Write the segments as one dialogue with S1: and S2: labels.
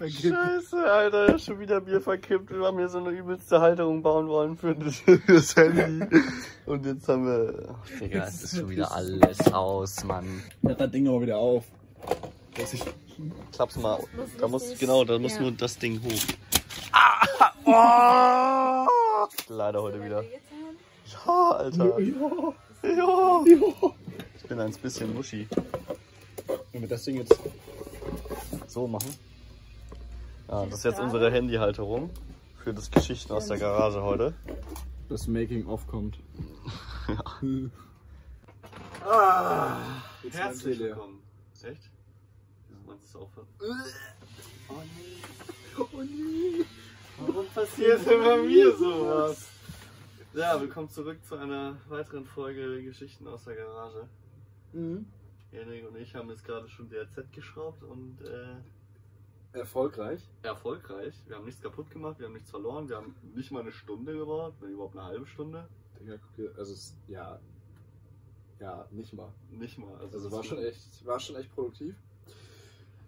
S1: Scheiße, Alter, schon wieder Bier verkippt. Wir haben hier so eine übelste Halterung bauen wollen für das, das Handy. Und jetzt haben wir. Ach, Digga, es ist schon wieder alles aus, Mann.
S2: Hört das Ding aber wieder auf. Dass ich
S1: Klapp's mal.
S3: muss
S1: Da muss,
S3: richtig-
S1: genau, da muss
S3: ja.
S1: nur das Ding hoch. Ah, oh! Leider heute wieder. Ja, Alter.
S2: Ja.
S1: Ja. Ich bin ein bisschen muschi.
S2: Wenn wir das Ding jetzt.
S1: So machen. Ja, das ist jetzt unsere Handyhalterung für das Geschichten aus der Garage heute.
S2: Das Making-of kommt. Jetzt
S1: Herzlich
S2: Ah, Herzlich Äh. werden sie
S1: willkommen. Ist echt? Wieso meinst du es aufhören? Oh
S2: Oh
S1: nee. Warum passiert denn bei mir sowas? Ja, willkommen zurück zu einer weiteren Folge Geschichten aus der Garage.
S2: Mhm.
S1: Henrik und ich haben jetzt gerade schon DRZ geschraubt und äh,
S2: Erfolgreich.
S1: erfolgreich. Wir haben nichts kaputt gemacht, wir haben nichts verloren, wir haben nicht mal eine Stunde gebraucht, wenn überhaupt eine halbe Stunde.
S2: Digga, guck dir, also es, ja. Ja, nicht mal.
S1: Nicht mal.
S2: Also
S1: das
S2: war
S1: ist-
S2: schon echt, war schon echt produktiv.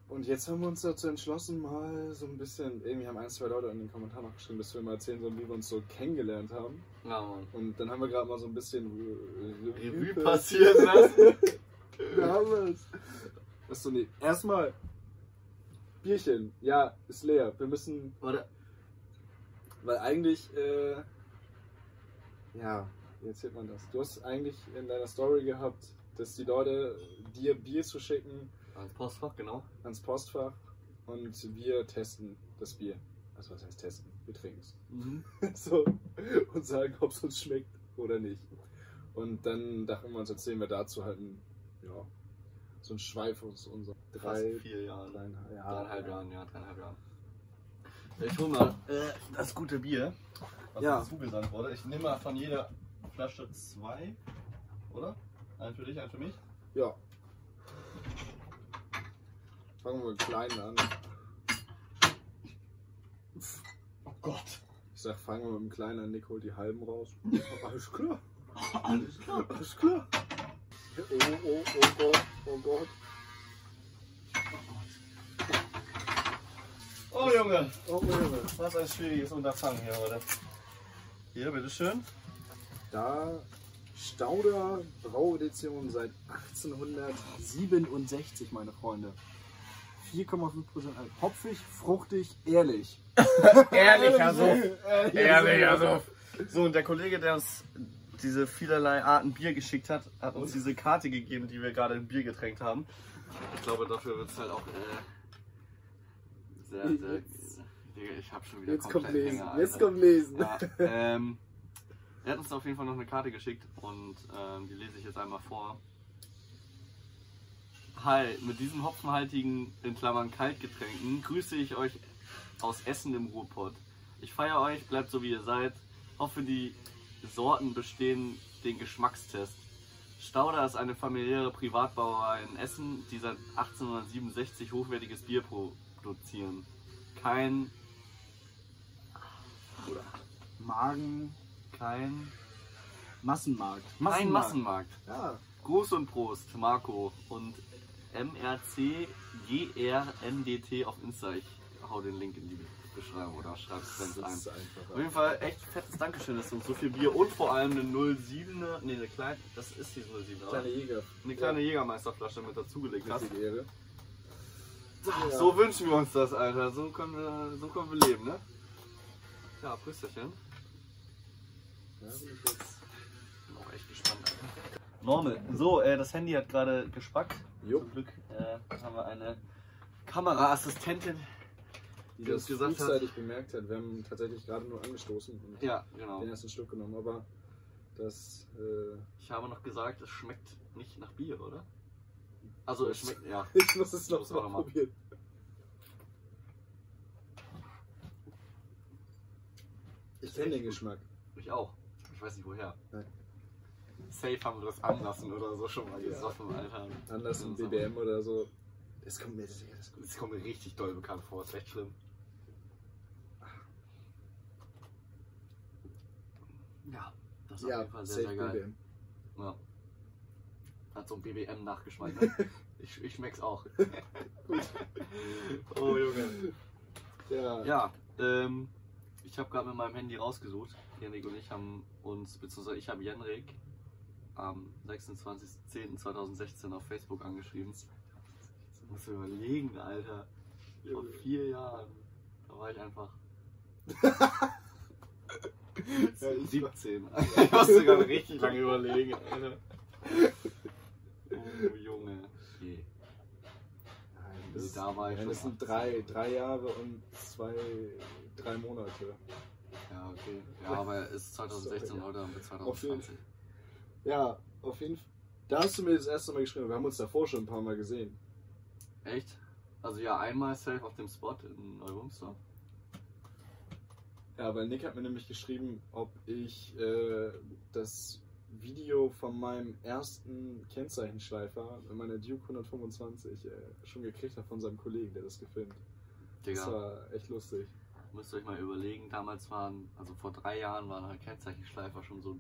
S2: Und jetzt haben wir uns dazu entschlossen, mal so ein bisschen, irgendwie haben ein, zwei Leute in den Kommentaren noch geschrieben, dass wir mal erzählen sollen, wie wir uns so kennengelernt haben.
S1: Ja, Mann.
S2: Und dann haben wir gerade mal so ein bisschen Re- Re-
S1: Revue passieren lassen.
S2: Wir haben es. Achso, nee. Erstmal. Bierchen. Ja, ist leer. Wir müssen.
S1: Warte,
S2: Weil eigentlich. Äh, ja, wie erzählt man das? Du hast eigentlich in deiner Story gehabt, dass die Leute dir Bier zu schicken
S1: ans Postfach, genau.
S2: ans Postfach und wir testen das Bier. Also, was heißt testen? Wir trinken es. so und sagen, ob es uns schmeckt oder nicht. Und dann dachten wir uns, erzählen wir dazu halt ein, ja, so ein Schweif aus unseren
S1: Fast
S2: drei, ah.
S1: vier Jahre.
S2: dreieinhalb, ja,
S1: Dreieinhalb Jahren, ja, dreieinhalb Jahren. Ich hol mal äh, das gute Bier, was
S2: Ja.
S1: uns zugesandt wurde. Ich nehme mal von jeder Flasche zwei, oder? Ein für dich, ein für mich.
S2: Ja. Fangen wir mit kleinen an.
S1: Oh Gott.
S2: Ich sag, fangen wir mit dem kleinen an, Nick holt die halben raus. Alles klar,
S1: Alles klar.
S2: alles klar. Oh, oh, oh Gott, oh Gott.
S1: Oh Junge,
S2: Oh, Junge.
S1: was ein schwieriges Unterfangen hier heute. Hier, bitteschön.
S2: Da Stauder Brauedition seit 1867, meine Freunde. 4,5% alt. Hopfig, fruchtig, ehrlich.
S1: Ehrlicher
S2: Ehrlich,
S1: So, und der Kollege, der uns diese vielerlei Arten Bier geschickt hat, hat uns diese Karte gegeben, die wir gerade in Bier getränkt haben. Ich glaube, dafür wird es halt auch äh, sehr, sehr. Digga, ich hab schon wieder
S2: Jetzt kommt
S1: komplett
S2: lesen,
S1: Hänger,
S2: jetzt
S1: Alter.
S2: kommt lesen.
S1: Ja, ähm, er hat uns auf jeden Fall noch eine Karte geschickt und ähm, die lese ich jetzt einmal vor. Hi, mit diesen hopfenhaltigen, in Klammern Kaltgetränken, grüße ich euch aus Essen im Ruhrpott. Ich feiere euch, bleibt so wie ihr seid. Hoffe, die Sorten bestehen den Geschmackstest. Stauder ist eine familiäre Privatbrauerei in Essen, die seit 1867 hochwertiges Bier produzieren. Kein,
S2: Magen,
S1: kein,
S2: Massenmarkt.
S1: kein Massenmarkt.
S2: Ja,
S1: Gruß und Prost, Marco und MRC GRNDT auf Insta. Ich hau den Link in die Beschreibung oder schreib's
S2: das
S1: ganz ein.
S2: ist
S1: Auf
S2: einfach.
S1: jeden Fall echt fettes Dankeschön, dass du uns so viel Bier und vor allem eine 07er, nee, eine kleine, das ist die 07er, oder?
S2: Kleine Jäger.
S1: eine kleine Jägermeisterflasche mit dazugelegt hast.
S2: Richtig Ehre.
S1: Ja. So wünschen wir uns das, Alter. So können wir, so können wir leben, ne? Ja, Prösterchen.
S2: Ja, bin ich jetzt.
S1: Bin auch echt gespannt, Alter. Normal. So, äh, das Handy hat gerade gespackt. Zum
S2: Jupp,
S1: Glück äh, haben wir eine Kameraassistentin.
S2: die
S1: Wie
S2: das
S1: du es gesagt hast.
S2: frühzeitig bemerkt hat. Wir haben tatsächlich gerade nur angestoßen und
S1: Ja, genau.
S2: den ersten Schluck genommen, aber das. Äh,
S1: Ich habe noch gesagt, es schmeckt nicht nach Bier, oder? Also es schmeckt, ja.
S2: Ich muss es noch
S1: Muss
S2: mal
S1: auch noch mal.
S2: probieren. Ich kenne den Geschmack.
S1: Ich auch. Ich weiß nicht woher.
S2: Nein.
S1: Safe haben wir das anlassen oder so schon mal
S2: Ja.
S1: gesoffen, Alter.
S2: Anders im
S1: Das ist
S2: BBM oder so. Das kommt mir, Digga, das
S1: aber-
S2: kommt.
S1: Es kommt mir richtig doll bekannt vor, ist echt schlimm. Ja, das ist auf
S2: Ja,
S1: jeden Fall sehr,
S2: safe
S1: sehr geil.
S2: BBM.
S1: Ja. Hat so ein BBM nachgeschmeckt. ich, ich schmeck's auch.
S2: Ja.
S1: Ja, ähm, ich habe gerade mit meinem Handy rausgesucht. Janrik und ich haben uns, beziehungsweise ich habe Janrik am 26.10.2016 auf Facebook angeschrieben. Muss überlegen, Alter. Vor vier Jahren. Da war ich einfach
S2: Ja, ich-
S1: 17. Ich musste gerade richtig lange überlegen, Alter. Oh, Junge. Okay.
S2: Nein, das, ist,
S1: Da war ich
S2: nein, das
S1: schon
S2: sind drei, drei Jahre und zwei, drei Monate.
S1: Ja, okay. Ja, aber es ist 2016,
S2: Sorry.
S1: Leute, haben wir
S2: Auf jeden
S1: 2020.
S2: Ja, auf jeden Fall. Da hast du mir das erste Mal geschrieben. Wir haben uns davor schon ein paar Mal gesehen.
S1: Echt? Also ja, einmal safe auf dem Spot in Neubumster.
S2: Ja, weil Nick hat mir nämlich geschrieben, ob ich äh, das Video von meinem ersten Kennzeichenschleifer mit meiner Duke 125 äh, schon gekriegt habe von seinem Kollegen, der das gefilmt. Das
S1: Digga,
S2: war echt lustig.
S1: müsst ihr euch mal überlegen, damals waren, also vor drei Jahren waren halt Kennzeichenschleifer schon so,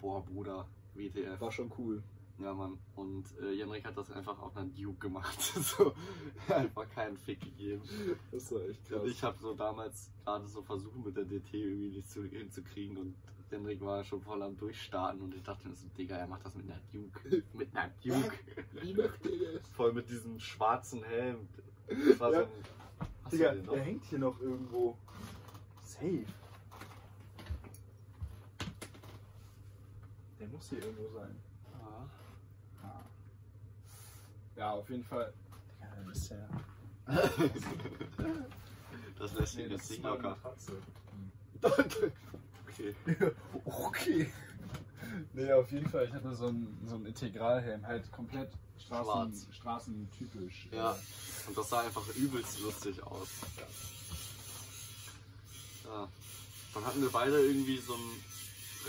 S1: boah Bruder, WTF.
S2: War schon cool.
S1: Ja, Mann. Und äh, Janrik hat das einfach auf einer Duke gemacht. so, einfach keinen Fick gegeben.
S2: Das war echt
S1: Und
S2: krass.
S1: ich habe so damals gerade so versucht, mit der DT irgendwie nichts zu, hinzukriegen und Henrik war schon voll am Durchstarten und ich dachte mir so, Digga, er macht das mit einer Duke. Mit einer Duke.
S2: Wie macht ihr das?
S1: voll mit diesem schwarzen Helm. Das war
S2: Ja.
S1: so ein. Hast du
S2: Digga,
S1: den noch?
S2: der hängt hier noch irgendwo. Safe. Der muss hier irgendwo sein.
S1: Ja.
S2: Ah. Ja, auf jeden Fall. Digga, das ist ja.
S1: Das lässt
S2: Nee,
S1: ihn
S2: das
S1: jetzt
S2: ist
S1: nicht
S2: meine
S1: locker.
S2: Matratze. okay. okay. Nee, auf jeden Fall, ich hatte so einen, so einen Integralhelm, halt komplett Straßen,
S1: Schwarz.
S2: straßentypisch.
S1: Ja, und das sah einfach übelst lustig aus. Ja. Dann hatten wir beide irgendwie so einen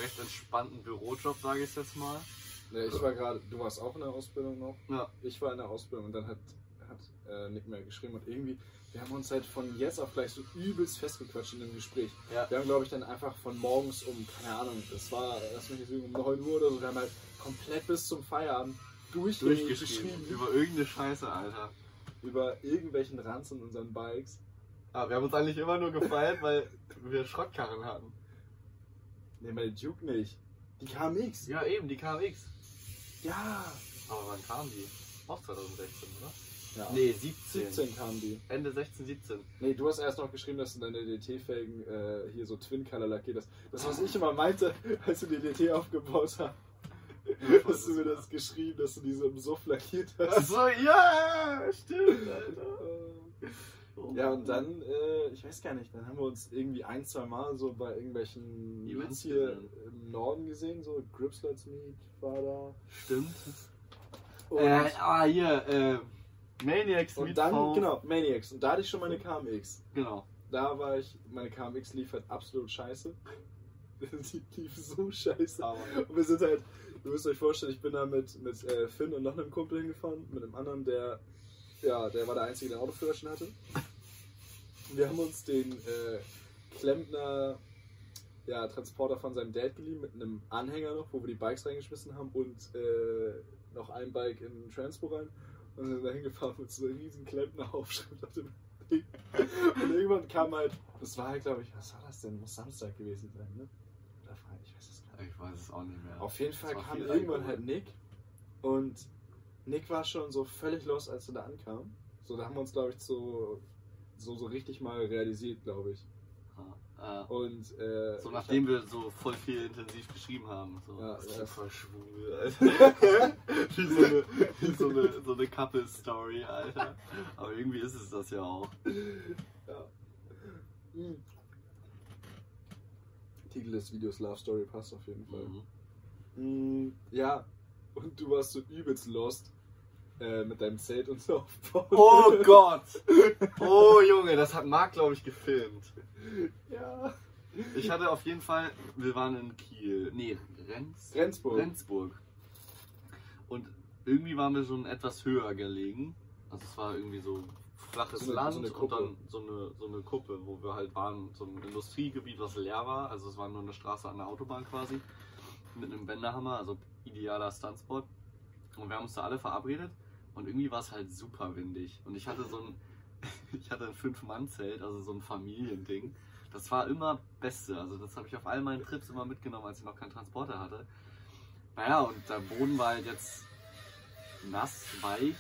S1: recht entspannten Bürojob, sage ich jetzt mal.
S2: Nee, Ne, ich war gerade, du warst auch in der Ausbildung noch.
S1: Ja.
S2: Ich war in der Ausbildung und dann hat, hat äh, Nick mir geschrieben und irgendwie, wir haben uns halt von jetzt auf gleich so übelst festgequatscht in dem Gespräch.
S1: Ja.
S2: Wir haben, glaube ich, dann einfach von morgens um, keine Ahnung, das war, lass mich nicht lügen, um 9 Uhr oder so, wir haben halt komplett bis zum Feierabend durchgängig
S1: Durchgeschrieben.
S2: geschrieben
S1: Über irgendeine Scheiße, Alter.
S2: über irgendwelchen Ranz in unseren Bikes.
S1: Ah, wir haben uns eigentlich immer nur gefeiert, weil wir Schrottkarren hatten.
S2: Nee, meine Duke nicht. Die KMX.
S1: Ja, eben, die KMX.
S2: Ja.
S1: Aber wann kam die? Auch 2016, oder?
S2: ja.
S1: Nee, 17.
S2: 17 kam die.
S1: Ende 16, 17.
S2: Nee, du hast erst noch geschrieben, dass du deine DT-Felgen äh, hier so Twin-Color lackierst. Das, was ich immer meinte, als du die DT aufgebaut hast, hast du mir das geschrieben, dass du die so im Suff lackiert hast.
S1: Achso, ja, stimmt, Alter.
S2: Ja, und dann, äh, ich weiß gar nicht, dann haben wir uns irgendwie ein, zwei Mal so bei irgendwelchen Events
S1: Events
S2: hier
S1: gesehen.
S2: im Norden gesehen, so Gripslets Meet war da.
S1: Stimmt.
S2: Und,
S1: Äh, ah, hier, äh, Maniacs
S2: und
S1: Meet
S2: dann,
S1: Found.
S2: genau, Maniacs. Und da hatte ich schon meine KMX.
S1: Genau.
S2: Da war ich, meine KMX lief halt absolut scheiße. Die lief so scheiße. Und wir sind halt, ihr müsst euch vorstellen, ich bin da mit, mit äh, Finn und noch einem Kumpel hingefahren, mit einem anderen, der, ja, der war der Einzige, der einen Autoführerschein hatte. Wir haben uns den äh, Klempner, ja, Transporter von seinem Dad geliehen, mit einem Anhänger noch, wo wir die Bikes reingeschmissen haben und äh, noch ein Bike in den Transpo rein. Und sind da hingefahren mit so einem riesen Klempner-Aufschrift auf dem Ding. Und irgendwann kam halt, das war halt, glaube ich, was war das denn? Muss Samstag gewesen sein, ne? Oder Freitag, ich weiß es gar nicht.
S1: Ich weiß es auch nicht mehr.
S2: Auf jeden Fall
S1: Das war
S2: kam
S1: viel
S2: irgendwann
S1: Alkohol.
S2: halt Nick und Nick war schon so völlig los, als er da ankam. So, da haben wir uns, glaube ich, so, so, so richtig mal realisiert, glaube ich.
S1: Ah,
S2: Und äh,
S1: äh,
S2: halt-
S1: so,
S2: ich
S1: nachdem wir so voll viel intensiv geschrieben haben. So,
S2: Ja,
S1: das
S2: ja.
S1: klingt voll schwul, Alter. wie so eine, wie so eine, so eine Couple-Story, Alter. Aber irgendwie ist es das ja auch.
S2: hab, mh. hm. Titel des Videos Love Story passt auf jeden Fall.
S1: Mhm.
S2: Mm, ja, und du warst so übelst lost äh, mit deinem Zelt und so aufbauen.
S1: Oh Gott! Oh Junge, das hat Marc, glaube ich, gefilmt.
S2: ja.
S1: Ich hatte auf jeden Fall, wir waren in Kiel, nee, Renz,
S2: Rendsburg.
S1: Rendsburg. Und irgendwie waren wir schon etwas höher gelegen. Also es war irgendwie so flaches
S2: So eine-
S1: Land
S2: so eine
S1: und
S2: Kuppe.
S1: dann so eine, so eine Kuppe, wo wir halt waren, so ein Industriegebiet, was leer war. Also es war nur eine Straße an der Autobahn quasi. Mit einem Wenderhammer, also idealer Stuntspot. Und wir haben uns da alle verabredet und irgendwie war es halt super windig. Und ich hatte so ein Ich hatte ein Fünf-Mann-Zelt, also so ein Familiending. Das war immer Beste. Also das habe ich auf all meinen Trips immer mitgenommen, als ich noch keinen Transporter hatte. Naja, und der Boden war halt jetzt nass, weich.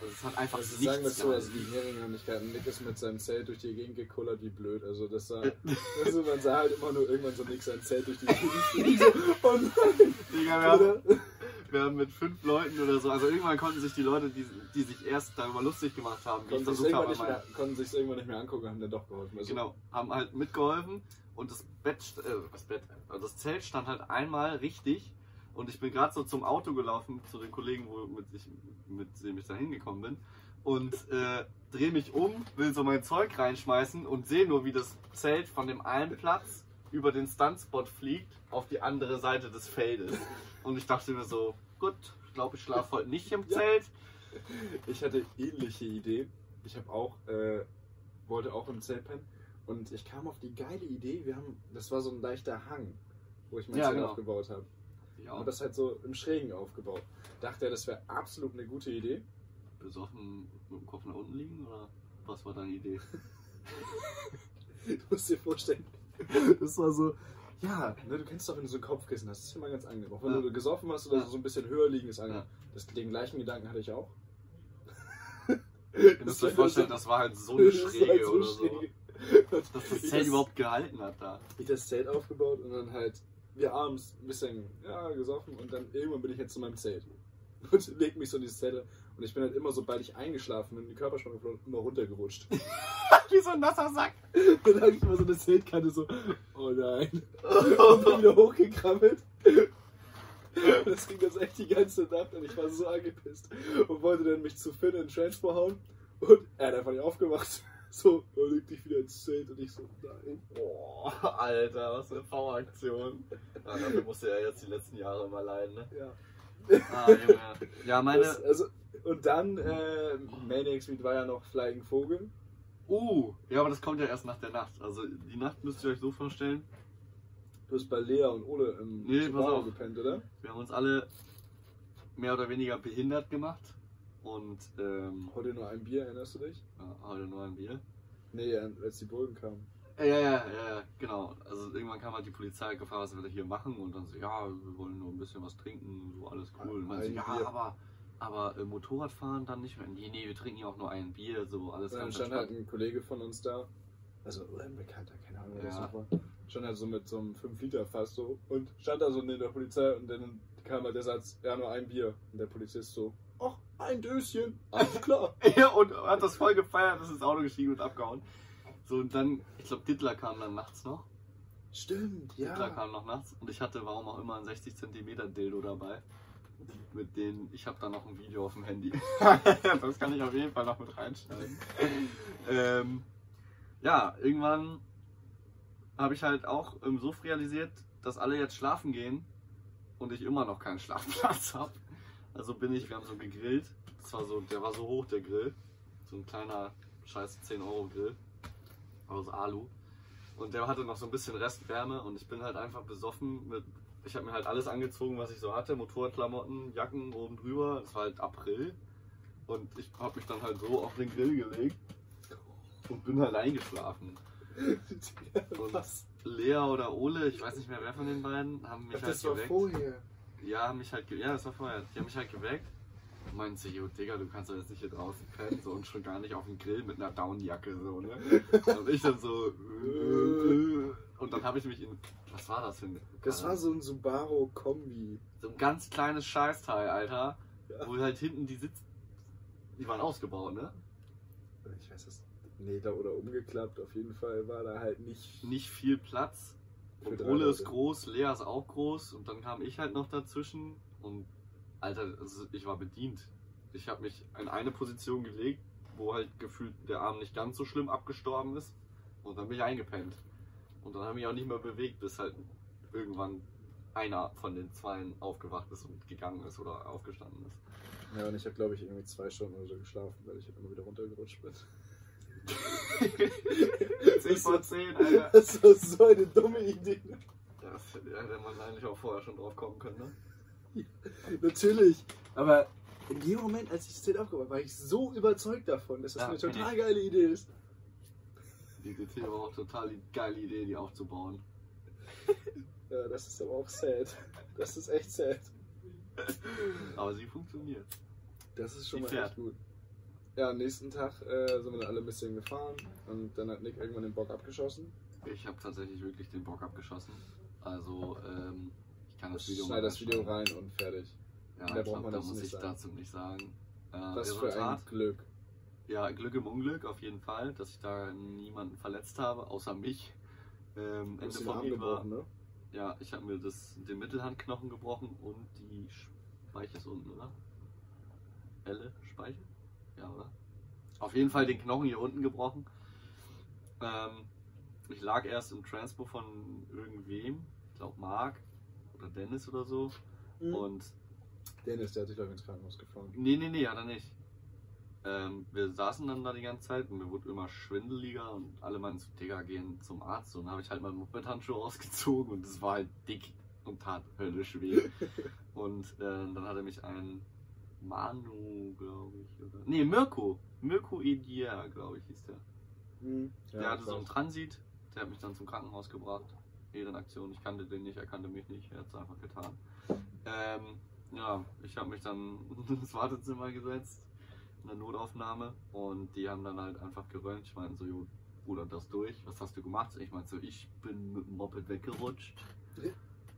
S1: Also es hat einfach
S2: Also
S1: nichts
S2: sagen wir es so, also
S1: gehalten.
S2: die Heringe haben nicht gehalten. Nick ist mit seinem Zelt durch die Gegend gekullert, wie blöd. Also das sah, also man sah halt immer nur irgendwann so Nick sein Zelt durch die Gegend fliegen. So, Oh nein,
S1: Digga, wir haben,
S2: Bruder.
S1: wir haben mit fünf Leuten oder so, also irgendwann konnten sich die Leute, die, die sich erst darüber lustig gemacht haben, wie
S2: Konnten
S1: ich
S2: sich's
S1: versucht
S2: irgendwann
S1: habe,
S2: nicht
S1: an meinem
S2: mehr- Konnten sich irgendwann nicht mehr angucken, haben dann doch geholfen. Also,
S1: Genau, haben halt mitgeholfen und das Bett, st- äh, das Bett, also das Zelt stand halt einmal richtig und ich bin gerade so zum Auto gelaufen zu den Kollegen, wo mit ich mit dem ich da hingekommen bin und äh, drehe mich um, will so mein Zeug reinschmeißen und sehe nur, wie das Zelt von dem einen Platz über den Stuntspot fliegt auf die andere Seite des Feldes und ich dachte mir so, gut, ich glaube, ich schlafe heute nicht im
S2: Ja.
S1: Zelt.
S2: Ich hatte ähnliche Idee. Ich habe auch, äh, wollte auch im Zelt pennen. Und ich kam auf die geile Idee, wir haben, das war so ein leichter Hang, wo ich mein
S1: Ja,
S2: Zelt
S1: genau.
S2: aufgebaut habe.
S1: Ja,
S2: Und das halt so im Schrägen aufgebaut. Dachte er, das wäre absolut eine gute Idee.
S1: besoffen mit dem Kopf nach unten liegen oder was war deine Idee?
S2: Du musst dir vorstellen. Das war so, ja, ne, du kennst doch, wenn du so ein Kopfkissen hast, das ist immer ganz angenehm. Auch wenn
S1: Ja.
S2: du gesoffen hast oder
S1: Ja.
S2: so ein bisschen höher liegen, ist angenehm.
S1: Ja.
S2: Das, den gleichen Gedanken hatte ich auch.
S1: Ihr müsst euch vorstellen, das war halt so eine Schräge oder so. Dass das Zelt überhaupt gehalten hat da.
S2: ich das Zelt aufgebaut und dann halt wir abends ein bisschen ja, gesoffen und dann irgendwann bin ich jetzt zu meinem Zelt und leg mich so in dieses Zelt rein. und ich bin halt immer, sobald ich eingeschlafen bin, die Körperspannung verloren, immer runtergerutscht.
S1: Wie so ein nasser Sack.
S2: dann lag ich immer so eine Zeltkante so, oh nein, und bin wieder hochgekrabbelt. Das ging das echt die ganze Nacht und ich war so angepisst und wollte dann mich zu Finn in den Transport hauen und er hat einfach nicht aufgewacht. So, oh, leg dich wieder ins Zelt und ich so, nein.
S1: Boah, Alter, was für eine V-Aktion. Ja, dafür musste er jetzt die letzten Jahre immer leiden, ne?
S2: Ja.
S1: Ah, Junge. Ja,
S2: Das,
S1: meine.
S2: also, und dann, äh, Maniacs Meet war ja noch Flying Vogel.
S1: Uh, ja, aber das kommt ja erst nach der Nacht. Also die Nacht müsst ihr euch so vorstellen.
S2: Du hast bei Lea und Ole im
S1: Nee, pass
S2: Subaru
S1: auf.
S2: gepennt, oder?
S1: Wir haben uns alle mehr oder weniger behindert gemacht. Und ähm,
S2: Heute nur ein Bier, erinnerst du dich?
S1: ja, heute nur ein Bier.
S2: Nee, als die Bullen kamen.
S1: Äh, Ja, ja, ja, ja, genau. Also irgendwann kam halt die Polizei gefragt, was wir hier machen und dann so, ja, wir wollen nur ein bisschen was trinken, so alles cool. Und dann so,
S2: Ein
S1: ja,
S2: Bier.
S1: aber, aber äh, Motorradfahren dann nicht mehr. Nee, nee, wir trinken ja auch nur ein Bier, so alles
S2: Und dann
S1: ganz
S2: stand halt
S1: entspannt.
S2: ein Kollege von uns da. Also, oder ein Bekannter, keine Ahnung, was
S1: Ja.
S2: das war. Stand halt so mit so einem 5-Liter-Fass so und stand da so neben der Polizei und dann kam halt der Satz, ja, nur ein Bier. Und der Polizist so, ach, ein Döschen, alles klar.
S1: Ja, und hat das voll gefeiert, ist ins Auto gestiegen und abgehauen. So, und dann, ich glaube, Dittler kam dann nachts noch.
S2: Stimmt,
S1: Dittler
S2: ja.
S1: kam noch nachts und ich hatte, warum auch immer, ein 60 cm Dildo dabei. Mit denen, ich habe da noch ein Video auf dem Handy. das kann ich auf jeden Fall noch mit reinschneiden. ähm, ja, irgendwann habe ich halt auch im Suff realisiert, dass alle jetzt schlafen gehen und ich immer noch keinen Schlafplatz habe. Also bin ich, wir haben so gegrillt. Das war so, der war so hoch, der Grill. So ein kleiner, scheiß 10-Euro-Grill. Aus Alu. Und der hatte noch so ein bisschen Restwärme und ich bin halt einfach besoffen mit. Ich habe mir halt alles angezogen, was ich so hatte: Motorklamotten, Jacken oben drüber. Es war halt April. Und ich habe mich dann halt so auf den Grill gelegt und bin halt eingeschlafen. Und
S2: Was?
S1: Lea oder Ole, ich weiß nicht mehr wer von den beiden, haben mich
S2: Ach,
S1: halt
S2: das war
S1: geweckt.
S2: vorher.
S1: Ja, haben mich halt ge ja, das war vorher. Die haben mich halt geweckt. und Meinten sie, jo, Digga, du kannst doch jetzt nicht hier draußen pennen so, und schon gar nicht auf dem Grill mit einer Downjacke. So, ne? Und ich dann so. äh, äh, Und dann habe ich mich in. Was war das denn?
S2: Das war so ein Subaru-Kombi.
S1: So ein ganz kleines Scheißteil, Alter.
S2: Ja.
S1: Wo halt hinten die Sitz. Die waren ausgebaut, ne?
S2: Ich weiß es. Nee, da oder umgeklappt. Auf jeden Fall war da halt nicht.
S1: Nicht viel Platz.
S2: Für
S1: Und
S2: drei
S1: Ole ist
S2: Leute.
S1: groß, Lea ist auch groß. Und dann kam ich halt noch dazwischen. Und Alter, also ich war bedient. Ich habe mich in eine Position gelegt, wo halt gefühlt der Arm nicht ganz so schlimm abgestorben ist. Und dann bin ich eingepennt. Und dann habe ich mich auch nicht mehr bewegt, bis halt irgendwann einer von den Zweien aufgewacht ist und gegangen ist oder aufgestanden ist.
S2: Ja, und ich habe, glaube ich, irgendwie zwei Stunden oder so geschlafen, weil ich halt immer wieder runtergerutscht bin.
S1: 10 vor 10, Alter.
S2: Das war so eine dumme Idee.
S1: Ja, Das hätte man eigentlich auch vorher schon drauf kommen können, ne?
S2: Natürlich. Aber in dem Moment, als ich das Zelt aufgebaut habe, war ich so überzeugt davon, dass das
S1: Ja,
S2: eine
S1: okay.
S2: total geile Idee ist.
S1: Die DT war auch total die geile Idee, die aufzubauen.
S2: Ja, das ist aber auch sad. Das ist echt sad.
S1: Aber sie funktioniert.
S2: Das ist schon
S1: Die
S2: mal
S1: fährt.
S2: echt gut. Ja, am nächsten Tag äh, sind wir dann alle ein bisschen gefahren und dann hat Nick irgendwann den Bock abgeschossen.
S1: Ich habe tatsächlich wirklich den Bock abgeschossen. Also, ähm, ich kann das Video
S2: Schneid das
S1: anschauen.
S2: Video rein und fertig. Da
S1: Ja, ich
S2: braucht
S1: glaub,
S2: man
S1: da
S2: das
S1: muss
S2: nicht
S1: ich
S2: sagen.
S1: dazu nicht sagen. Äh,
S2: Was für ein
S1: Resultat,
S2: Glück.
S1: ja, Glück im Unglück auf jeden Fall, dass ich da niemanden verletzt habe, außer mich. Ähm,
S2: Du
S1: Ende
S2: hast den Arm
S1: von mir war,
S2: gebrochen, ne?
S1: ja, ich habe mir das, den Mittelhandknochen gebrochen und die Speiche ist unten, oder? Elle, Speiche? Ja, oder? Auf jeden Fall den Knochen hier unten gebrochen. Ähm, ich lag erst im Transpo von irgendwem, ich glaube Marc oder Dennis oder so. Und
S2: Dennis, der hat sich, glaube ich, ins Krankenhaus gefahren.
S1: Nee, nee, nee, hat er nicht. Ähm, wir saßen dann da die ganze Zeit und mir wurde immer schwindeliger und alle meinten zu Digga, gehen zum Arzt. Und dann habe ich halt meinen Moped-Handschuh ausgezogen und es war halt dick und tat höllisch weh. und äh, dann hat er mich einen Manu, glaube ich, oder. Nee, Mirko. Mirko Edier, glaube ich, hieß der.
S2: Mhm.
S1: der hatte
S2: ich
S1: so einen
S2: weiß.
S1: Transit, der hat mich dann zum Krankenhaus gebracht. Ehrenaktion, ich kannte den nicht, er kannte mich nicht, er hat es einfach getan. Ähm, ja, ich habe mich dann ins Wartezimmer gesetzt, in der Notaufnahme, und die haben dann halt einfach gerönt. Ich meinte so, jo, Bruder, das durch, was hast du gemacht? Ich meinte so, ich bin mit dem Moped weggerutscht.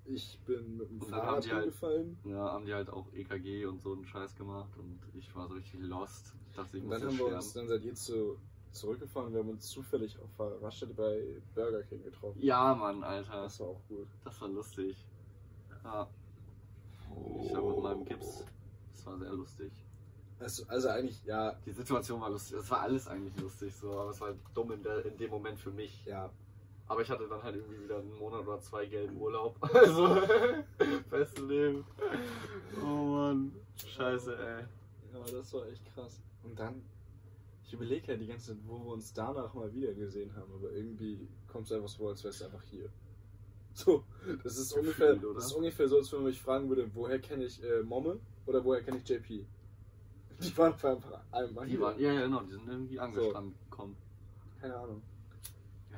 S2: Ich bin mit dem
S1: Und dann haben
S2: Fahrrad
S1: die halt-
S2: umgefallen.
S1: Ja, haben die halt auch EKG und so einen Scheiß gemacht und ich war so richtig lost. Ich dachte, ich
S2: Und
S1: muss
S2: dann
S1: jetzt
S2: haben wir
S1: sterben.
S2: uns, dann seid ihr zu, zurückgefahren. Wir haben uns zufällig auf der Raststätte bei Burger King getroffen.
S1: Ja, Mann, Alter,
S2: Das war auch gut.
S1: das war lustig. Ja. Ich habe mit meinem Gips. Das war sehr lustig.
S2: Also, also eigentlich, ja,
S1: Die Situation war lustig. Es war alles eigentlich lustig, so, aber es war halt dumm in, der, in dem Moment für mich.
S2: ja.
S1: Aber ich hatte dann halt irgendwie wieder einen Monat oder zwei gelben Urlaub. Also, beste Leben. Oh Mann. Scheiße, ey.
S2: Ja, das war echt krass. Und dann, ich überlege ja die ganze Zeit, wo wir uns danach mal wieder gesehen haben, aber irgendwie kommt es einfach so, vor, als wärst du einfach hier. So, das ist,
S1: Gefühl,
S2: ungefähr,
S1: oder?
S2: das ist ungefähr so, als wenn man mich fragen würde, woher kenne ich äh, Momme oder woher kenne ich JP? Die waren einfach einmal
S1: Die waren, ja, ja, genau, die sind irgendwie angestanden gekommen.
S2: Keine Ahnung.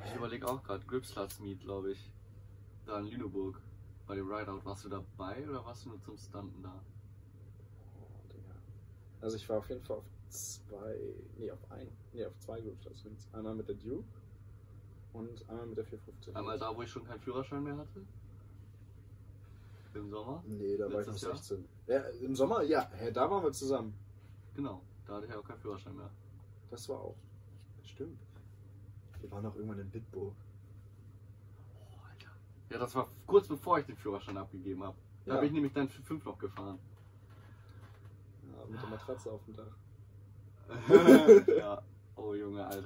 S1: Ich überlege auch gerade, Gripslatz Meet, glaube ich. Da in Lüneburg. Bei dem Rideout. Warst du dabei oder warst du nur zum Stunten da?
S2: Oh, Digga. Also ich war auf jeden Fall auf zwei, nee, auf ein, nee, auf zwei Groups. Also einmal mit der Duke und einmal mit der 450.
S1: Einmal da, wo ich schon keinen Führerschein mehr hatte. Im Sommer.
S2: Nee, da war ich noch
S1: Letztes Jahr?
S2: 16. Ja, Im Sommer, ja, hä, da waren wir zusammen.
S1: Genau, da hatte ich auch keinen Führerschein mehr.
S2: Das war auch. Stimmt. Wir waren auch irgendwann in Bitburg.
S1: Oh, Alter. Ja, das war kurz bevor ich den Führerschein abgegeben habe. Da
S2: Ja.
S1: bin ich nämlich dann für 5 noch gefahren.
S2: Ja, mit der Matratze auf dem Dach.
S1: ja. Oh Junge, Alter.